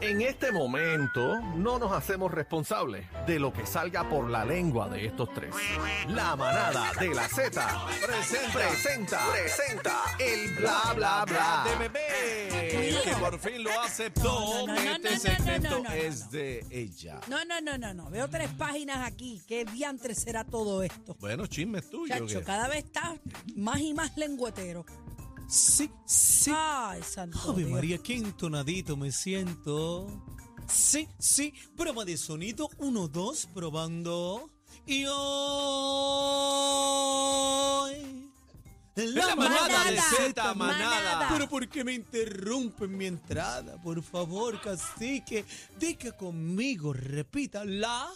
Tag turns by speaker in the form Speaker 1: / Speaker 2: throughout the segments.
Speaker 1: En este momento no nos hacemos responsables de lo que salga por la lengua de estos tres. La manada de la Z presenta, presenta, presenta el bla bla
Speaker 2: Ah.
Speaker 1: bla.
Speaker 3: De bebé, que por fin lo aceptó.
Speaker 2: No, no, no, no,
Speaker 3: este
Speaker 2: no, no,
Speaker 3: segmento
Speaker 2: no, no, no,
Speaker 3: es
Speaker 2: no.
Speaker 3: de ella.
Speaker 2: No, no, no, no, no. Veo tres páginas aquí. ¿Qué diantre será todo esto?
Speaker 3: Bueno, chismes tuyos.
Speaker 2: Chacho,
Speaker 3: que-
Speaker 2: cada vez está más y más lengüetero.
Speaker 4: Sí, sí.
Speaker 2: Ay, santo
Speaker 4: Ave
Speaker 2: Dios.
Speaker 4: María, qué entonadito me siento. Sí, sí. Prueba de sonido. Uno, dos, probando. Y hoy.
Speaker 3: La manada de Z,
Speaker 2: manada.
Speaker 3: manada.
Speaker 4: Pero ¿por qué me interrumpen mi entrada? Por favor, cacique, diga conmigo, repita, la,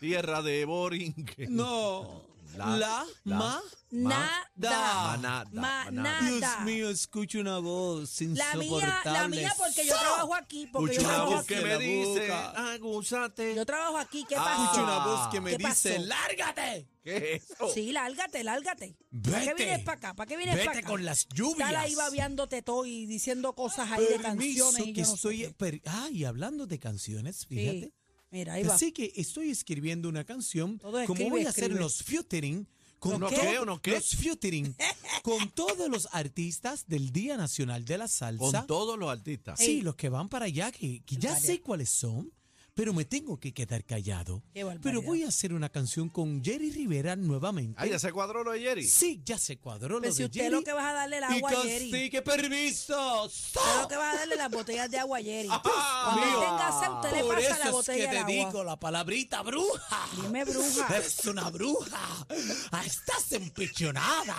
Speaker 3: Tierra de Borinque.
Speaker 4: no,
Speaker 3: La-
Speaker 4: la,
Speaker 3: la-
Speaker 4: ma.
Speaker 2: Nada.
Speaker 3: Manada,
Speaker 2: Manada.
Speaker 3: manada.
Speaker 4: Dios
Speaker 2: Nada.
Speaker 4: mío, escucho una voz
Speaker 2: La
Speaker 4: insoportable.
Speaker 2: mía, la mía, porque yo
Speaker 4: ¡Sa!
Speaker 2: trabajo aquí. Porque
Speaker 3: Escucho
Speaker 2: yo
Speaker 3: una
Speaker 2: trabajo
Speaker 3: voz
Speaker 2: aquí.
Speaker 3: que me
Speaker 4: La
Speaker 3: dice,
Speaker 4: boca.
Speaker 3: agúzate.
Speaker 2: Yo trabajo aquí. ¿Qué
Speaker 3: Ah.
Speaker 4: Escucho
Speaker 2: pasó?
Speaker 4: una voz que me
Speaker 2: ¿Qué pasó?
Speaker 4: dice, ¡lárgate!
Speaker 3: ¿Qué es eso?
Speaker 2: Sí, lárgate, lárgate. ¿Para qué
Speaker 4: Vete.
Speaker 2: vienes para acá? ¿Para qué vienes
Speaker 4: Vete
Speaker 2: para acá?
Speaker 4: con las lluvias.
Speaker 2: Estar ahí babiándote todo y diciendo cosas ahí de
Speaker 4: Permiso
Speaker 2: canciones. y
Speaker 4: que
Speaker 2: yo no sé
Speaker 4: estoy...
Speaker 2: qué.
Speaker 4: per- ah, y hablando de canciones,
Speaker 2: Sí.
Speaker 4: fíjate.
Speaker 2: Mira, ahí va.
Speaker 4: Así que estoy escribiendo una canción.
Speaker 2: Todo
Speaker 4: como
Speaker 2: escribe,
Speaker 4: voy a hacer
Speaker 2: escribe.
Speaker 4: los featuring... Con
Speaker 3: ¿Los
Speaker 4: todo-
Speaker 3: qué o no qué?
Speaker 4: Los featuring. con todos los artistas del Día Nacional de la Salsa.
Speaker 3: Con todos los artistas.
Speaker 4: Sí,
Speaker 2: Ey.
Speaker 4: los que van para allá, que, que ya
Speaker 2: Varias.
Speaker 4: sé cuáles son, pero me tengo que quedar callado.
Speaker 2: Qué barbaridad.
Speaker 4: Pero voy a hacer una canción con Jerry Rivera nuevamente.
Speaker 3: Ay, ya se cuadró lo de Jerry.
Speaker 4: Sí, ya se cuadró
Speaker 2: Pero
Speaker 4: lo
Speaker 2: si
Speaker 4: de
Speaker 2: usted
Speaker 4: Jerry.
Speaker 2: lo que vas a darle el agua a Jerry.
Speaker 4: Sí, qué permiso. ¡So!
Speaker 2: Usted lo que vas a darle las botellas de agua a Jerry.
Speaker 3: Ah,
Speaker 2: Cuando
Speaker 3: mío.
Speaker 2: él tenga sed, usted le
Speaker 4: Por
Speaker 2: pasa la
Speaker 4: eso es
Speaker 2: botella
Speaker 4: que
Speaker 2: de
Speaker 4: te
Speaker 2: agua.
Speaker 4: digo la palabrita bruja.
Speaker 2: Dime bruja.
Speaker 4: Eres una bruja. Ah, Estás empichonada.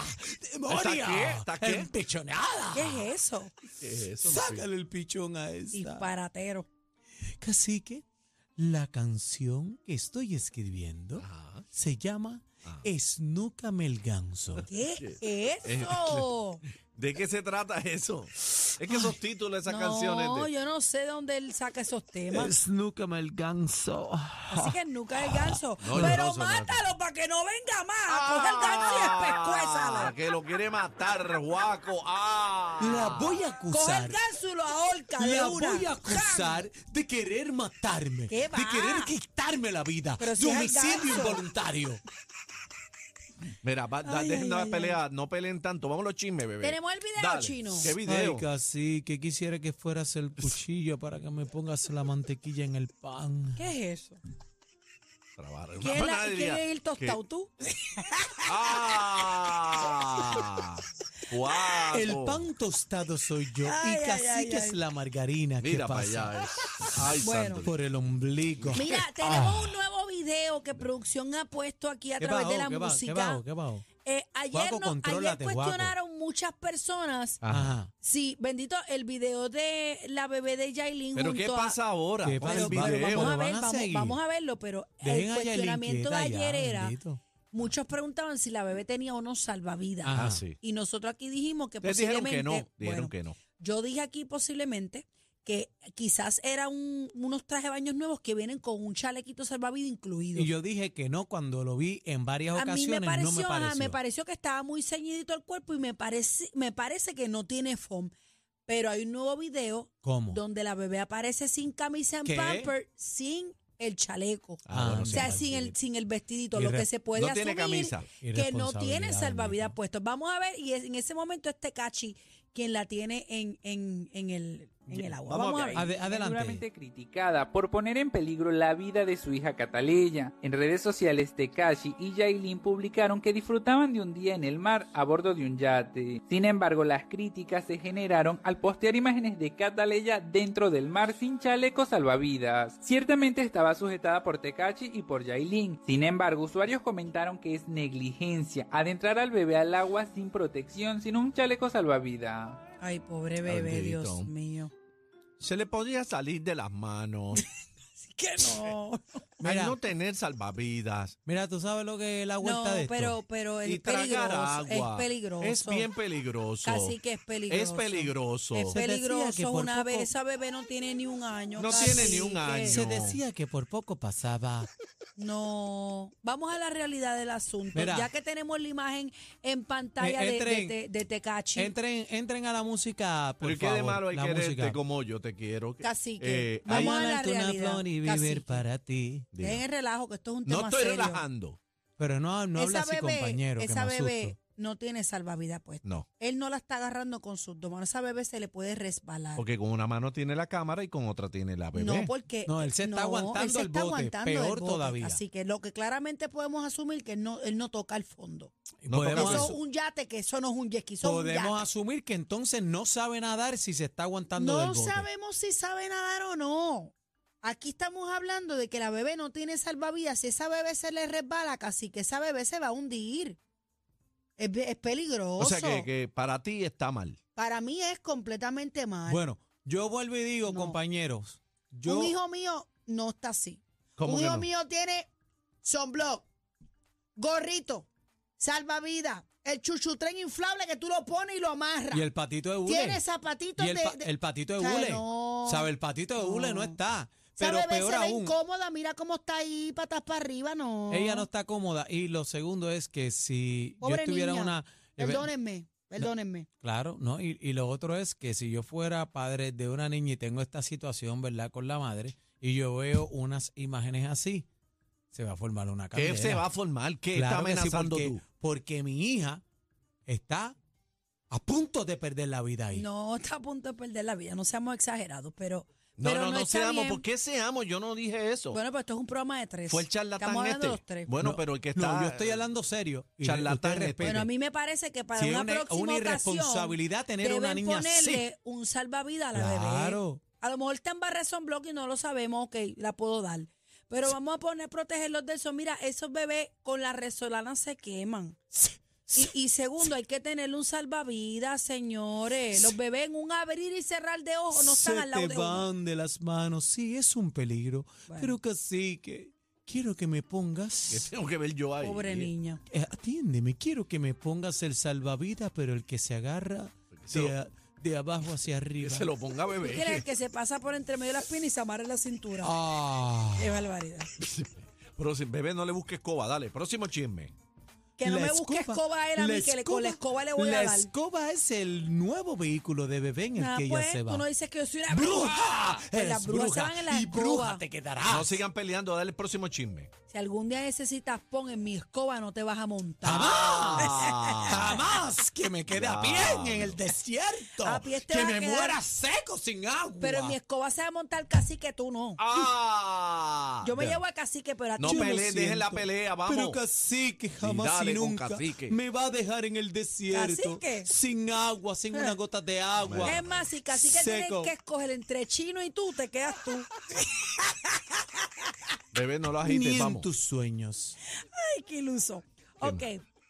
Speaker 4: ¡Demonia!
Speaker 3: qué? ¿Está qué?
Speaker 4: Empichonada.
Speaker 2: ¿Qué es eso?
Speaker 3: ¿Qué es eso?
Speaker 4: Sácale el pichón a esta.
Speaker 2: Disparatero.
Speaker 4: Cacique, la canción que estoy escribiendo
Speaker 3: Ah.
Speaker 4: se llama Esnúcame el ganso.
Speaker 2: ¿Qué es eso?
Speaker 3: ¿De qué se trata eso? Es que esos títulos, esas canciones.
Speaker 2: No,
Speaker 3: De...
Speaker 2: yo no sé de dónde él saca esos temas.
Speaker 4: Esnúcame el ganso.
Speaker 2: Así que nunca el ganso.
Speaker 4: Ah,
Speaker 3: No, yo no
Speaker 2: Pero
Speaker 3: sé nada.
Speaker 2: mátalo para que no venga más. Coge el ganso y
Speaker 3: Ah,
Speaker 2: espescuézalo.
Speaker 3: que lo quiere matar, guaco. Ah.
Speaker 4: La voy a
Speaker 2: Coge el
Speaker 4: acusar.
Speaker 2: ganso y lo ahorca de
Speaker 4: La
Speaker 2: una.
Speaker 4: voy a
Speaker 2: ¡Pam!
Speaker 4: acusar de querer matarme,
Speaker 2: ¿Qué
Speaker 4: de
Speaker 2: va?
Speaker 4: querer quitarme la vida,
Speaker 2: Pero si
Speaker 4: de
Speaker 2: es el
Speaker 4: homicidio
Speaker 2: ganso.
Speaker 4: involuntario.
Speaker 3: Mira, va, da-
Speaker 2: Ay,
Speaker 3: dejen
Speaker 2: ay,
Speaker 3: la
Speaker 2: ay,
Speaker 3: pelea, no peleen tanto. Vamos a los chismes, bebé.
Speaker 2: Tenemos el video,
Speaker 3: Dale.
Speaker 2: chino.
Speaker 3: ¿Qué video?
Speaker 4: casi que quisiera que fueras el cuchillo para que me pongas la mantequilla en el pan.
Speaker 2: ¿Qué es eso?
Speaker 3: Trabar-
Speaker 2: ¿Quién,
Speaker 3: Una
Speaker 2: la-
Speaker 3: panadería.
Speaker 2: quién es el tostado
Speaker 3: ¿Qué?
Speaker 2: tú?
Speaker 3: ¡Ah! ¡Guau!
Speaker 4: El pan tostado soy yo
Speaker 2: Ay, ay,
Speaker 4: y casi
Speaker 2: ay,
Speaker 4: que
Speaker 2: ay.
Speaker 4: es la margarina que
Speaker 3: Mira para
Speaker 4: pasa
Speaker 3: allá. eh. Ay,
Speaker 2: Bueno.
Speaker 3: santo.
Speaker 4: por el ombligo.
Speaker 2: Mira, tenemos un nuevo video que producción ha puesto aquí a
Speaker 4: ¿Qué
Speaker 2: través de la
Speaker 4: bajo, qué bajo, qué
Speaker 2: música.
Speaker 4: bajo, qué bajo?
Speaker 2: Eh, ayer,
Speaker 4: Guaco,
Speaker 2: no- ayer
Speaker 4: contrólate, Guaco.
Speaker 2: cuestionaron muchas personas.
Speaker 3: Ah.
Speaker 4: Ajá.
Speaker 2: Sí, bendito, el video de la bebé de Yailin.
Speaker 3: ¿Pero qué
Speaker 2: junto a-
Speaker 3: pasa ahora?
Speaker 4: ¿Qué
Speaker 3: Pon
Speaker 4: pasa?
Speaker 3: el
Speaker 2: Pero,
Speaker 4: Vamos,
Speaker 2: pero
Speaker 3: video.
Speaker 2: vamos, a
Speaker 4: Pero
Speaker 2: ver,
Speaker 4: van a
Speaker 2: vamos,
Speaker 4: seguir.
Speaker 2: vamos a verlo, pero el
Speaker 4: Dejen a Yailin
Speaker 2: cuestionamiento de
Speaker 4: quieta ya,
Speaker 2: ayer era,
Speaker 4: bendito.
Speaker 2: muchos preguntaban si la bebé tenía o no salvavidas.
Speaker 4: Ajá.
Speaker 3: Ah, sí.
Speaker 2: Y nosotros aquí dijimos que
Speaker 3: Ustedes dijeron que no.
Speaker 2: posiblemente...
Speaker 3: Dijeron
Speaker 2: bueno,
Speaker 3: que no.
Speaker 2: Yo dije aquí posiblemente que quizás era un- unos traje baños nuevos que vienen con un chalequito salvavidas incluido.
Speaker 4: Y yo dije que no cuando lo vi en varias
Speaker 2: a mí me
Speaker 4: ocasiones,
Speaker 2: pareció,
Speaker 4: no me
Speaker 2: ajá,
Speaker 4: pareció.
Speaker 2: me pareció que estaba muy ceñidito el cuerpo y me parece, me parece que no tiene foam. Pero hay un nuevo video
Speaker 4: ¿Cómo?
Speaker 2: donde la bebé aparece sin camisa en
Speaker 4: ¿Qué?
Speaker 2: pamper, sin el chaleco.
Speaker 3: Ah, bueno,
Speaker 4: Ah,
Speaker 2: o sea,
Speaker 4: sí,
Speaker 2: sin
Speaker 4: sí.
Speaker 2: el, sin el vestidito,
Speaker 4: Y
Speaker 2: lo que
Speaker 4: re-
Speaker 2: se puede
Speaker 3: no tiene
Speaker 2: asumir
Speaker 3: camisa.
Speaker 2: que no tiene
Speaker 4: Irresponsabilidad,
Speaker 2: salvavidas
Speaker 4: bendito.
Speaker 2: puestos. Vamos a ver, y es- en ese momento este cachi quien la tiene en, en, en el, en el agua.
Speaker 3: Eh, Vamos
Speaker 2: Vamos,
Speaker 3: a
Speaker 2: a
Speaker 3: ver.
Speaker 2: ver.
Speaker 4: Ade- adelante.
Speaker 5: duramente criticada por poner en peligro la vida de su hija Cataleya. En redes sociales, Tekashi y Jailin publicaron que disfrutaban de un día en el mar a bordo de un yate. Sin embargo, las críticas se generaron al postear imágenes de Cataleya dentro del mar sin chaleco salvavidas. Ciertamente estaba sujetada por Tekashi y por Jailin. Sin embargo, usuarios comentaron que es negligencia adentrar al bebé al agua sin protección, sin un chaleco salvavidas.
Speaker 2: Ay, pobre bebé,
Speaker 3: Bendito.
Speaker 2: Dios mío.
Speaker 3: se le podía salir de las manos.
Speaker 2: Que no.
Speaker 3: al
Speaker 4: Mira.
Speaker 3: no tener salvavidas.
Speaker 4: Mira, tú sabes lo que es la vuelta
Speaker 2: No,
Speaker 4: de esto.
Speaker 2: pero, pero es
Speaker 3: y tragar
Speaker 2: peligroso.
Speaker 3: agua.
Speaker 2: Es peligroso.
Speaker 3: Es bien peligroso.
Speaker 2: Casi que es peligroso.
Speaker 3: Es peligroso.
Speaker 2: Es
Speaker 4: Se decía que
Speaker 2: peligroso.
Speaker 4: por
Speaker 2: Una
Speaker 4: poco-
Speaker 2: vez esa bebé no tiene ni un año.
Speaker 3: No
Speaker 2: casi
Speaker 3: tiene ni un
Speaker 2: que-
Speaker 3: año.
Speaker 4: Se decía que por poco pasaba.
Speaker 2: No, vamos a la realidad del asunto.
Speaker 4: Mira.
Speaker 2: ya que tenemos la imagen en pantalla
Speaker 4: Eh,
Speaker 2: de,
Speaker 4: entren.
Speaker 2: de- de- de Tecachi,
Speaker 4: Entren, entren a la música, por
Speaker 3: Pero ¿y qué de
Speaker 4: favor,
Speaker 3: malo hay
Speaker 4: la
Speaker 3: quererte
Speaker 4: música.
Speaker 3: como yo te quiero?
Speaker 2: Cacique.
Speaker 3: Eh,
Speaker 2: Vamos
Speaker 3: ahí-
Speaker 2: a la
Speaker 4: darte una
Speaker 2: realidad,
Speaker 4: flor y vivir
Speaker 2: cacique.
Speaker 4: para ti.
Speaker 3: Diga.
Speaker 2: dejen el relajo, que esto es un
Speaker 3: no
Speaker 2: tema
Speaker 3: estoy
Speaker 2: serio.
Speaker 3: relajando.
Speaker 4: Pero no, no habla
Speaker 2: esa
Speaker 4: así,
Speaker 2: bebé,
Speaker 4: compañero, que me
Speaker 2: esa bebé
Speaker 4: asusto.
Speaker 2: no tiene salvavidas puesta.
Speaker 3: No.
Speaker 2: Él no la está agarrando con sus dos manos. Esa bebé se le puede resbalar.
Speaker 3: Porque con una mano tiene la cámara y con otra tiene la bebé.
Speaker 2: No, porque
Speaker 4: No, él se está aguantando
Speaker 2: él se
Speaker 4: el
Speaker 2: está
Speaker 4: bote,
Speaker 2: aguantando el
Speaker 4: peor
Speaker 2: bote.
Speaker 4: todavía.
Speaker 2: Así que lo que claramente podemos asumir que no, él no toca el fondo.
Speaker 3: No
Speaker 4: podemos
Speaker 3: toca
Speaker 2: Eso
Speaker 3: Vamos.
Speaker 2: es
Speaker 4: asu-
Speaker 2: un yate que eso no es un jet ski, eso es un
Speaker 4: podemos
Speaker 2: yate.
Speaker 4: asumir que entonces no sabe nadar si se está aguantando del
Speaker 2: No
Speaker 4: bote.
Speaker 2: sabemos si sabe nadar o no. Aquí estamos hablando de que la bebé no tiene salvavidas. Si esa bebé se le resbala, casi que esa bebé se va a hundir. Es, be- es peligroso.
Speaker 3: o sea que, que para ti está mal.
Speaker 2: Para mí es completamente mal.
Speaker 4: Bueno, yo vuelvo y digo,
Speaker 2: No.
Speaker 4: compañeros, yo...
Speaker 2: Un hijo mío no está así.
Speaker 3: ¿Cómo
Speaker 2: Un
Speaker 3: que
Speaker 2: hijo
Speaker 3: no?
Speaker 2: mío tiene sunblock, gorrito, salvavidas, el chuchutren inflable que tú lo pones y lo amarras.
Speaker 4: Y el patito de hule.
Speaker 2: tiene zapatitos
Speaker 4: Y el,
Speaker 2: de,
Speaker 4: pa-
Speaker 2: de-
Speaker 4: el patito de
Speaker 2: O sea,
Speaker 4: hule.
Speaker 2: no.
Speaker 4: ¿Sabe? El patito de hule no,
Speaker 2: No.
Speaker 4: está.
Speaker 2: Esa
Speaker 4: Pero
Speaker 2: bebé
Speaker 4: peor
Speaker 2: se ve
Speaker 4: aún,
Speaker 2: incómoda, mira cómo está ahí, patas para arriba, no.
Speaker 4: ella no eh, está cómoda. Y lo segundo es que si yo
Speaker 2: Pobre
Speaker 4: estuviera en
Speaker 2: niña.
Speaker 4: una... eh,
Speaker 2: Perdónenme, perdónenme.
Speaker 4: Claro, ¿no? Y, y lo otro es que si yo fuera padre de una niña y tengo esta situación, ¿verdad? Con la madre, y yo veo unas imágenes así, se va a formar una
Speaker 3: ¿Qué
Speaker 4: candela.
Speaker 3: se va a formar? ¿Qué
Speaker 4: Claro que sí,
Speaker 3: está amenazando
Speaker 4: porque,
Speaker 3: tú?
Speaker 4: Porque mi hija está a punto de perder la vida ahí.
Speaker 2: No, está a punto de perder la vida, no seamos exagerados, pero.
Speaker 3: No,
Speaker 2: pero
Speaker 3: no, no,
Speaker 2: está
Speaker 3: seamos.
Speaker 2: bien.
Speaker 3: ¿Por qué seamos? Yo no dije eso.
Speaker 2: Bueno, pero esto es un programa de tres.
Speaker 3: Fue el charlatán
Speaker 2: Estamos hablando
Speaker 3: este.
Speaker 2: de los tres.
Speaker 3: Bueno,
Speaker 4: No,
Speaker 3: pero el que
Speaker 4: no,
Speaker 3: está.
Speaker 4: yo estoy hablando serio. y
Speaker 3: charlatán
Speaker 4: usted
Speaker 3: este.
Speaker 4: respete.
Speaker 2: Bueno, a mí me parece que para
Speaker 4: Si es
Speaker 2: una,
Speaker 4: una-
Speaker 2: próxima
Speaker 4: una
Speaker 2: ocasión
Speaker 4: irresponsabilidad tener a una
Speaker 2: deben
Speaker 4: niña así.
Speaker 2: ponerle un salvavidas a la bebé.
Speaker 4: Claro.
Speaker 2: A lo mejor te embarré son block y no lo sabemos, ok, la puedo dar. Pero vamos a poner protegerlos de eso. Mira, esos bebés con la resolana se queman. Y, y segundo, hay que tenerle un salvavidas, señores. Los bebés en un abrir y cerrar de ojos no están
Speaker 4: se
Speaker 2: al lado
Speaker 4: te
Speaker 2: de uno.
Speaker 4: van de las manos. Sí, es un peligro.
Speaker 2: Bueno.
Speaker 4: Pero casi que quiero que me pongas...
Speaker 3: ¿Qué tengo que ver yo ahí?
Speaker 2: Pobre niña.
Speaker 4: Eh, Atiéndeme, quiero que me pongas el salvavidas, pero el que se agarra
Speaker 3: se
Speaker 4: de,
Speaker 3: lo-
Speaker 4: a- de abajo hacia
Speaker 3: Que
Speaker 4: arriba.
Speaker 3: se lo ponga
Speaker 2: ¿Tú crees
Speaker 3: bebé.
Speaker 2: que se pasa por entre medio de las piernas y se amarra en la cintura?
Speaker 4: Ah,
Speaker 2: Qué barbaridad.
Speaker 3: Pero si bebé no le busque escoba, dale. Próximo chisme.
Speaker 2: Que no
Speaker 4: la
Speaker 2: me busque escoba a él a
Speaker 4: la
Speaker 2: mí, que le- con la escoba le voy
Speaker 4: la
Speaker 2: a dar.
Speaker 4: escoba es el nuevo vehículo de bebé en el
Speaker 2: Ah,
Speaker 4: que
Speaker 2: pues,
Speaker 4: ella se va.
Speaker 2: Tú no dices que yo soy una bruja. Pues
Speaker 4: Eres
Speaker 2: las brujas se van en la
Speaker 4: y
Speaker 2: escoba.
Speaker 4: bruja te quedarás.
Speaker 3: No sigan peleando, dale el próximo chisme.
Speaker 2: Si algún día necesitas pon en mi escoba, no te vas a montar.
Speaker 4: Ah, Jamás que me quede a
Speaker 3: Diablo.
Speaker 4: pie en el desierto.
Speaker 2: A pie te
Speaker 4: que
Speaker 2: vas a
Speaker 4: me
Speaker 2: quedar.
Speaker 4: muera seco sin agua.
Speaker 2: Pero en mi escoba se va a montar cacique, tú no.
Speaker 3: ¡Ah!
Speaker 2: Yo me llevo a cacique, pero a ti
Speaker 3: No
Speaker 4: Yo lo
Speaker 3: peleen, dejen la
Speaker 4: siento.
Speaker 3: pelea, vamos.
Speaker 4: Pero cacique jamás
Speaker 3: dale
Speaker 4: y
Speaker 3: con
Speaker 4: nunca
Speaker 3: cacique.
Speaker 4: me va a dejar en el desierto.
Speaker 2: Cacique.
Speaker 4: Sin agua, sin una gota de agua.
Speaker 2: Es más, si cacique tienes
Speaker 4: Seco.
Speaker 2: que escoger entre chino y tú, te quedas tú.
Speaker 3: Bebé, no lo
Speaker 4: Ni
Speaker 3: agites,
Speaker 4: en
Speaker 3: vamos.
Speaker 4: tus sueños.
Speaker 2: Ay, qué iluso. Ok,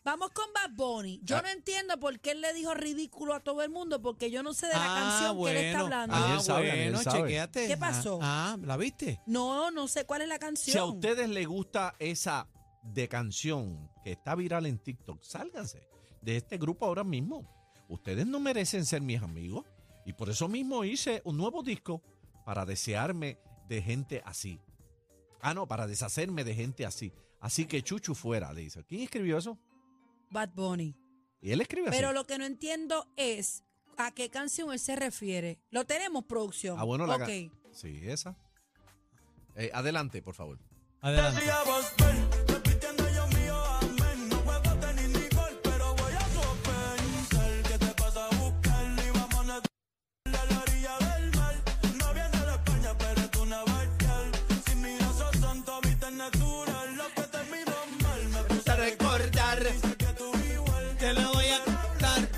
Speaker 2: vamos con Bad Bunny.
Speaker 4: Ah.
Speaker 2: Yo no entiendo por qué él le dijo ridículo a todo el mundo, porque yo no sé de la canción que él está hablando.
Speaker 4: Ah,
Speaker 3: Aniel sabe, Aniel
Speaker 4: bueno,
Speaker 3: sabe.
Speaker 4: chequéate.
Speaker 2: ¿Qué pasó?
Speaker 4: Ah, ah, ¿la viste?
Speaker 2: No, no sé cuál es la canción.
Speaker 3: Si a ustedes les gusta esa de canción que está viral en TikTok, sálganse de este grupo ahora mismo. Ustedes no merecen ser mis amigos. Y por eso mismo hice un nuevo disco para desearme de gente así. Ah, no, para deshacerme de gente así. Así que Chuchu fuera, dice. ¿Quién escribió eso?
Speaker 2: Bad Bunny.
Speaker 3: Y él escribe
Speaker 2: Pero
Speaker 3: así.
Speaker 2: lo que no entiendo es a qué canción él se refiere. Lo tenemos, producción.
Speaker 3: Ah, bueno, la
Speaker 2: Ok.
Speaker 3: ca- Sí, esa. Eh, adelante, por favor.
Speaker 4: Adelante.
Speaker 3: gusta recordar.
Speaker 4: Te lo voy a contar.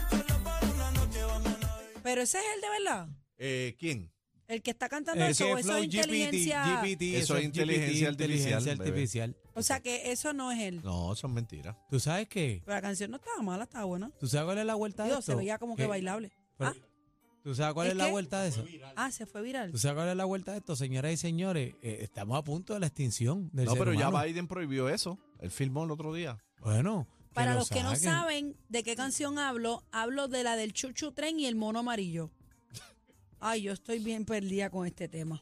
Speaker 2: Pero ese es el de verdad.
Speaker 3: Eh, ¿Quién?
Speaker 2: El que está cantando
Speaker 4: Ese
Speaker 2: eso, o eso
Speaker 4: Flow
Speaker 2: es
Speaker 4: GPT,
Speaker 2: inteligencia.
Speaker 4: GPT,
Speaker 3: Eso es inteligencia
Speaker 4: inteligencia
Speaker 3: artificial, bebé.
Speaker 4: artificial.
Speaker 2: O sea que eso no es él.
Speaker 3: No, son mentiras.
Speaker 4: ¿Tú sabes qué?
Speaker 2: Pero la canción no estaba mala, estaba buena.
Speaker 4: ¿Tú sabes cuál es la vuelta de
Speaker 2: Dios,
Speaker 4: esto?
Speaker 2: se veía como que
Speaker 4: Que-
Speaker 2: bailable.
Speaker 4: Eh, pero-
Speaker 2: Ah,
Speaker 4: ¿Tú ¿Tú sabes cuál es,
Speaker 2: Es
Speaker 4: la
Speaker 2: que-
Speaker 4: vuelta de eso?
Speaker 2: Ah, se fue viral.
Speaker 4: ¿Tú sabes cuál es la vuelta de esto, señoras y señores? Eh, estamos a punto de la extinción del
Speaker 3: No,
Speaker 4: ser
Speaker 3: pero ya
Speaker 4: humano.
Speaker 3: Biden prohibió eso. Él filmó el otro día.
Speaker 4: Bueno,
Speaker 2: Para
Speaker 4: lo
Speaker 2: los que no
Speaker 4: saquen.
Speaker 2: saben de qué canción hablo, hablo de la del Chuchu Tren y el mono amarillo. Ay, yo estoy bien perdida con este tema.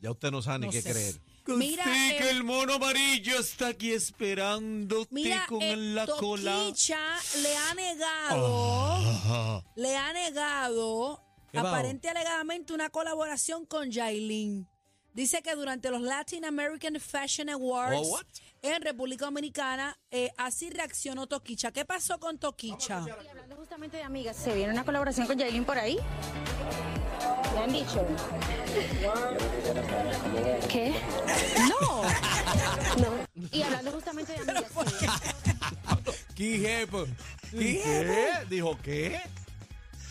Speaker 3: Ya usted no sabe
Speaker 2: No
Speaker 3: ni qué
Speaker 2: sé.
Speaker 3: creer.
Speaker 2: Mira,
Speaker 4: Conste que
Speaker 2: eh,
Speaker 4: el mono amarillo está aquí esperándote
Speaker 2: Mira,
Speaker 4: con
Speaker 2: eh,
Speaker 4: la cola.
Speaker 2: Toquicha le ha negado,
Speaker 4: Ajá.
Speaker 2: le ha negado
Speaker 4: ¿Qué pasó?
Speaker 2: aparente y alegadamente una colaboración con Jailin. Dice que durante los Latin American Fashion Awards
Speaker 4: Oh, what?
Speaker 2: en República Dominicana, eh, así reaccionó Toquicha. ¿Qué pasó con Toquicha?
Speaker 6: Y hablando justamente de amigas, ¿se viene una colaboración con Jailin por ahí? ¿Le han dicho? ¿Qué? No. No. Y hablando justamente de amigas, ¿se viene-
Speaker 4: ¿Qué, jefe? ¿Qué?
Speaker 3: ¿Qué? Dijo, ¿qué?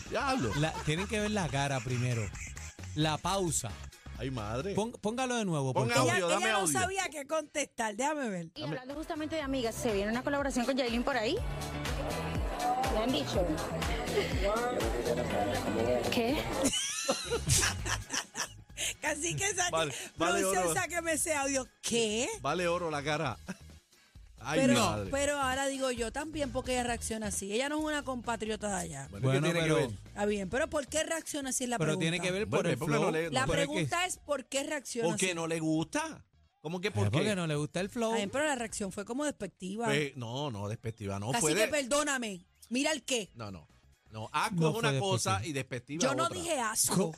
Speaker 3: Diablo.
Speaker 4: La- tienen que ver la cara primero. La pausa.
Speaker 3: Ay, madre.
Speaker 4: Pon- póngalo de nuevo.
Speaker 3: Ponga
Speaker 4: porque
Speaker 2: Ella,
Speaker 3: audio, dame
Speaker 2: ella no
Speaker 3: audio.
Speaker 2: sabía qué contestar, déjame ver.
Speaker 6: y hablando justamente de amigas, ¿se viene una colaboración con Jailin por ahí? ¿Le han dicho? ¿Qué?
Speaker 2: Casi que saque,
Speaker 3: Vale, vale,
Speaker 2: producción,
Speaker 3: oro.
Speaker 2: sáqueme ese audio. ¿Qué?
Speaker 3: Vale oro la cara. Ay,
Speaker 2: Pero,
Speaker 3: madre.
Speaker 2: pero ahora digo yo también porque ella reacciona así. Ella no es una compatriota de allá.
Speaker 3: Bueno, ¿qué
Speaker 4: Bueno,
Speaker 3: tiene que
Speaker 4: pero,
Speaker 3: ver?
Speaker 2: Está bien, pero ¿por qué reacciona así es la
Speaker 4: pero
Speaker 2: pregunta?
Speaker 4: tiene que ver
Speaker 3: Bueno,
Speaker 4: por el
Speaker 3: porque no
Speaker 4: flow.
Speaker 3: le-
Speaker 2: La
Speaker 3: no,
Speaker 4: Pero es que-
Speaker 2: pregunta es ¿por qué reacciona
Speaker 3: ¿Por qué
Speaker 2: así?
Speaker 3: no le gusta? ¿Cómo que
Speaker 4: Pues
Speaker 3: por
Speaker 4: Porque
Speaker 3: qué?
Speaker 4: no le gusta el flow.
Speaker 2: Está bien, pero la reacción fue como despectiva.
Speaker 3: Pues, no, no, despectiva. No
Speaker 2: Así
Speaker 3: fue
Speaker 2: que
Speaker 3: de-
Speaker 2: perdóname. Mira el qué.
Speaker 3: No, no. No, asco
Speaker 4: No
Speaker 3: es
Speaker 4: fue
Speaker 3: una
Speaker 4: despectiva.
Speaker 3: cosa y despectiva
Speaker 2: Yo no
Speaker 3: otra.
Speaker 2: dije asco.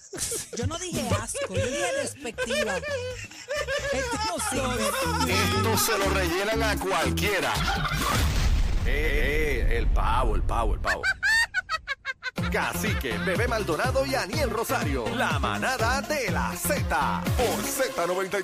Speaker 2: Yo no dije asco. Yo dije despectiva. Esto no sirve.
Speaker 1: Esto se lo rellenan a cualquiera. Eh, eh, el pavo, el pavo, el pavo. Cacique, Bebé Maldonado y Aniel Rosario. La manada de la Z por Z93.